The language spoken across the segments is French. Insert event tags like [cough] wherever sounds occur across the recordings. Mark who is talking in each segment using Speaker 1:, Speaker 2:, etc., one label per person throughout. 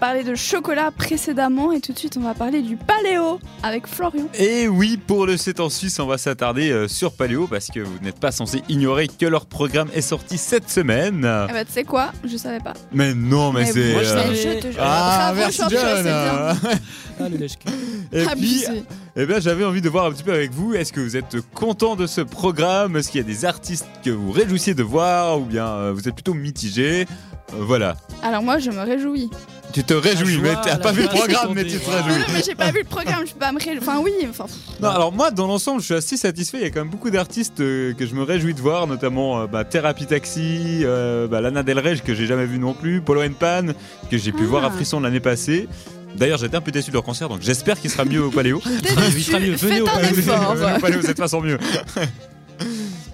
Speaker 1: parlé de chocolat précédemment et tout de suite on va parler du paléo avec Florian.
Speaker 2: Et oui, pour le 7 en Suisse, on va s'attarder euh, sur Paléo parce que vous n'êtes pas censé ignorer que leur programme est sorti cette semaine.
Speaker 1: Ah bah tu sais quoi Je savais pas.
Speaker 2: Mais non, mais,
Speaker 1: Eh oui,
Speaker 2: c'est.
Speaker 1: je
Speaker 2: euh,
Speaker 1: te- je te jure.
Speaker 2: Ah,
Speaker 1: Bravo,
Speaker 2: merci
Speaker 1: Jean, tu vois, c'est bien. Ah,
Speaker 2: John
Speaker 3: Ah, le lèche-cul.
Speaker 2: [laughs] Et puis,
Speaker 1: Abusé.
Speaker 2: eh bien, j'avais envie de voir un petit peu avec vous, est-ce que vous êtes content de ce programme Est-ce qu'il y a des artistes que vous réjouissiez de voir Ou bien euh, vous êtes plutôt mitigé Euh, Voilà.
Speaker 1: Alors moi je me réjouis.
Speaker 2: Tu te réjouis,
Speaker 3: joie,
Speaker 2: mais t'as
Speaker 3: la
Speaker 2: pas vu le
Speaker 3: joie,
Speaker 2: programme,
Speaker 3: c'est
Speaker 2: mais tu te
Speaker 3: fondé.
Speaker 1: Non,
Speaker 2: réjouis.
Speaker 1: non, mais j'ai pas vu le programme, je peux pas me réjouir. Enfin oui, enfin. pff.
Speaker 2: Non, alors moi, dans l'ensemble, je suis assez satisfait. Il y a quand même beaucoup d'artistes euh, que je me réjouis de voir, notamment euh, bah, Therapy Taxi, euh, bah, Lana Del Rey que j'ai jamais vu non plus, Polo and Pan que j'ai pu
Speaker 1: Ah.
Speaker 2: voir à Frisson l'année passée. D'ailleurs, j'étais un peu déçu de leur concert, donc j'espère qu'il sera mieux au [laughs] Paléo.
Speaker 3: il sera mieux, venez
Speaker 1: Faites
Speaker 3: au
Speaker 1: un
Speaker 3: Paléo.
Speaker 1: effort.
Speaker 2: Venez [laughs] au Paléo, cette fois, sans mieux.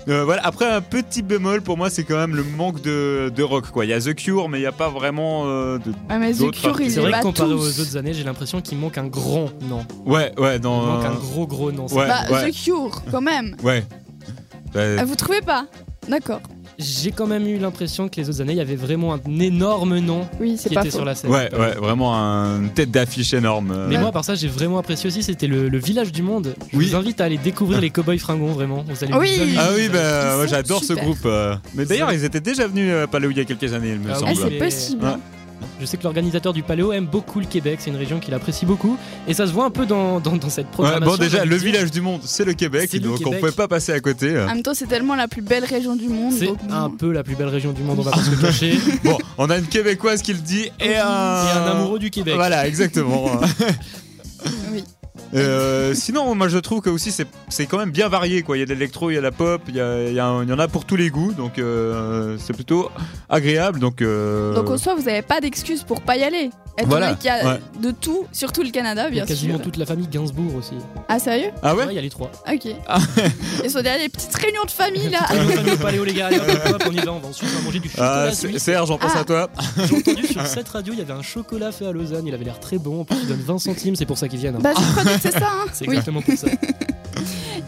Speaker 2: Euh, voilà. Après un petit bémol pour moi c'est quand même le manque de, de rock quoi. Il y a The Cure mais il n'y a pas vraiment euh, de...
Speaker 1: Ah, mais The
Speaker 2: D'autres
Speaker 1: Cure, il
Speaker 2: artistes.
Speaker 3: C'est
Speaker 1: les
Speaker 3: vrai
Speaker 1: bat
Speaker 3: que comparé
Speaker 1: tous.
Speaker 3: aux autres années, j'ai l'impression qu'il manque un grand nom.
Speaker 2: Ouais ouais
Speaker 3: Il
Speaker 2: dans...
Speaker 3: manque un gros gros nom.
Speaker 2: Euh, Ouais,
Speaker 1: Bah
Speaker 2: ouais,
Speaker 1: The Cure quand même.
Speaker 2: ouais. Bah,
Speaker 1: Ah, Vous trouvez pas D'accord.
Speaker 3: J'ai quand même eu l'impression que les autres années, il y avait vraiment un énorme nom
Speaker 1: Oui,
Speaker 3: qui
Speaker 1: c'est pas
Speaker 3: était
Speaker 1: faux.
Speaker 3: sur la scène.
Speaker 2: Ouais, ouais, vraiment un- une tête d'affiche énorme. euh.
Speaker 3: Mais moi, par ça, j'ai vraiment apprécié aussi. C'était le, le village du monde. Je
Speaker 2: Oui.
Speaker 3: vous invite à aller découvrir les cowboys fringants, vraiment. Vous allez
Speaker 1: Oui.
Speaker 3: vous amuser.
Speaker 2: Ah oui,
Speaker 1: Ils
Speaker 2: bah, moi
Speaker 1: sont
Speaker 2: j'adore ce
Speaker 1: super.
Speaker 2: groupe. euh. Mais d'ailleurs,
Speaker 3: C'est-
Speaker 2: ils étaient déjà venus à Paléo il y a quelques années, il me
Speaker 1: Ah,
Speaker 3: Ah oui.
Speaker 2: semble.
Speaker 3: semble.
Speaker 1: c'est possible.
Speaker 2: Ouais.
Speaker 1: hein.
Speaker 3: Je sais que l'organisateur du Paléo aime beaucoup le Québec. C'est une région qu'il apprécie beaucoup. Et ça se voit un peu dans, dans, dans cette
Speaker 2: Ouais,
Speaker 3: programmation.
Speaker 2: bon, déjà,
Speaker 3: J'allais
Speaker 2: le
Speaker 3: dire,
Speaker 2: village du monde, c'est le Québec,
Speaker 3: C'est le
Speaker 2: donc on
Speaker 3: Québec.
Speaker 2: pouvait pas passer à côté.
Speaker 3: [laughs]
Speaker 2: euh.
Speaker 1: En même temps, c'est tellement la plus belle région du monde.
Speaker 3: C'est
Speaker 1: donc bon.
Speaker 3: un peu la plus belle région du monde, on va pas se le
Speaker 2: [laughs]
Speaker 3: cacher.
Speaker 2: Bon, on a une Québécoise qui le dit et un.
Speaker 3: Et un amoureux du Québec.
Speaker 2: Voilà,
Speaker 3: [laughs]
Speaker 2: exactement.
Speaker 1: Oui.
Speaker 2: Euh, sinon, moi je trouve que aussi c'est c'est quand même bien varié quoi. Il y a de l'électro, il y a de la pop, il y, a- il y a un- il y en a pour tous les goûts, donc euh, c'est plutôt agréable. Donc, euh,
Speaker 1: Donc en soi, vous n'avez pas d'excuse pour pas y aller. Étant
Speaker 2: Voilà,
Speaker 1: donné qu'il y a
Speaker 2: ouais.
Speaker 1: de tout, surtout le Canada,
Speaker 3: Il y
Speaker 1: bien
Speaker 3: a quasiment
Speaker 1: sûr.
Speaker 3: toute la famille Gainsbourg aussi.
Speaker 1: Ah sérieux
Speaker 2: ah ouais,
Speaker 3: il y a les trois.
Speaker 1: Ok.
Speaker 3: Ah.
Speaker 1: Ils sont derrière les petites réunions de famille
Speaker 3: [laughs]
Speaker 1: là. [laughs]
Speaker 3: Allez, on va au Paléo, les gars. Allez, hop, hop, hop, on y va. On va ensuite manger du chocolat
Speaker 2: Ah,
Speaker 3: suisse.
Speaker 2: Serge, on pense
Speaker 1: Ah.
Speaker 2: à toi.
Speaker 3: J'ai entendu sur cette radio, il y avait un chocolat fait à Lausanne. Il avait l'air très bon. En plus, il donne 20 centimes. C'est pour ça qu'ils viennent. hein.
Speaker 1: Bah je crois bien que c'est ça. hein.
Speaker 3: C'est
Speaker 1: Oui.
Speaker 3: exactement pour ça.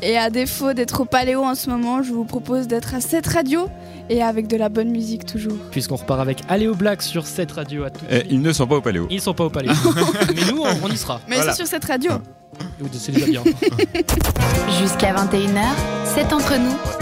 Speaker 1: Et à défaut d'être au Paléo en ce moment, je vous propose d'être à cette radio et avec de la bonne musique toujours.
Speaker 3: Puisqu'on repart avec Allez au Black sur cette radio à tout de
Speaker 2: Eh,
Speaker 3: suite.
Speaker 2: ils ne sont pas au Paléo.
Speaker 3: Ils sont pas
Speaker 2: [laughs]
Speaker 3: au Paléo. Mais nous, on, on y sera.
Speaker 1: Mais
Speaker 2: Voilà.
Speaker 1: c'est sur cette radio.
Speaker 3: C'est déjà bien.
Speaker 4: Jusqu'à 21h, c'est entre nous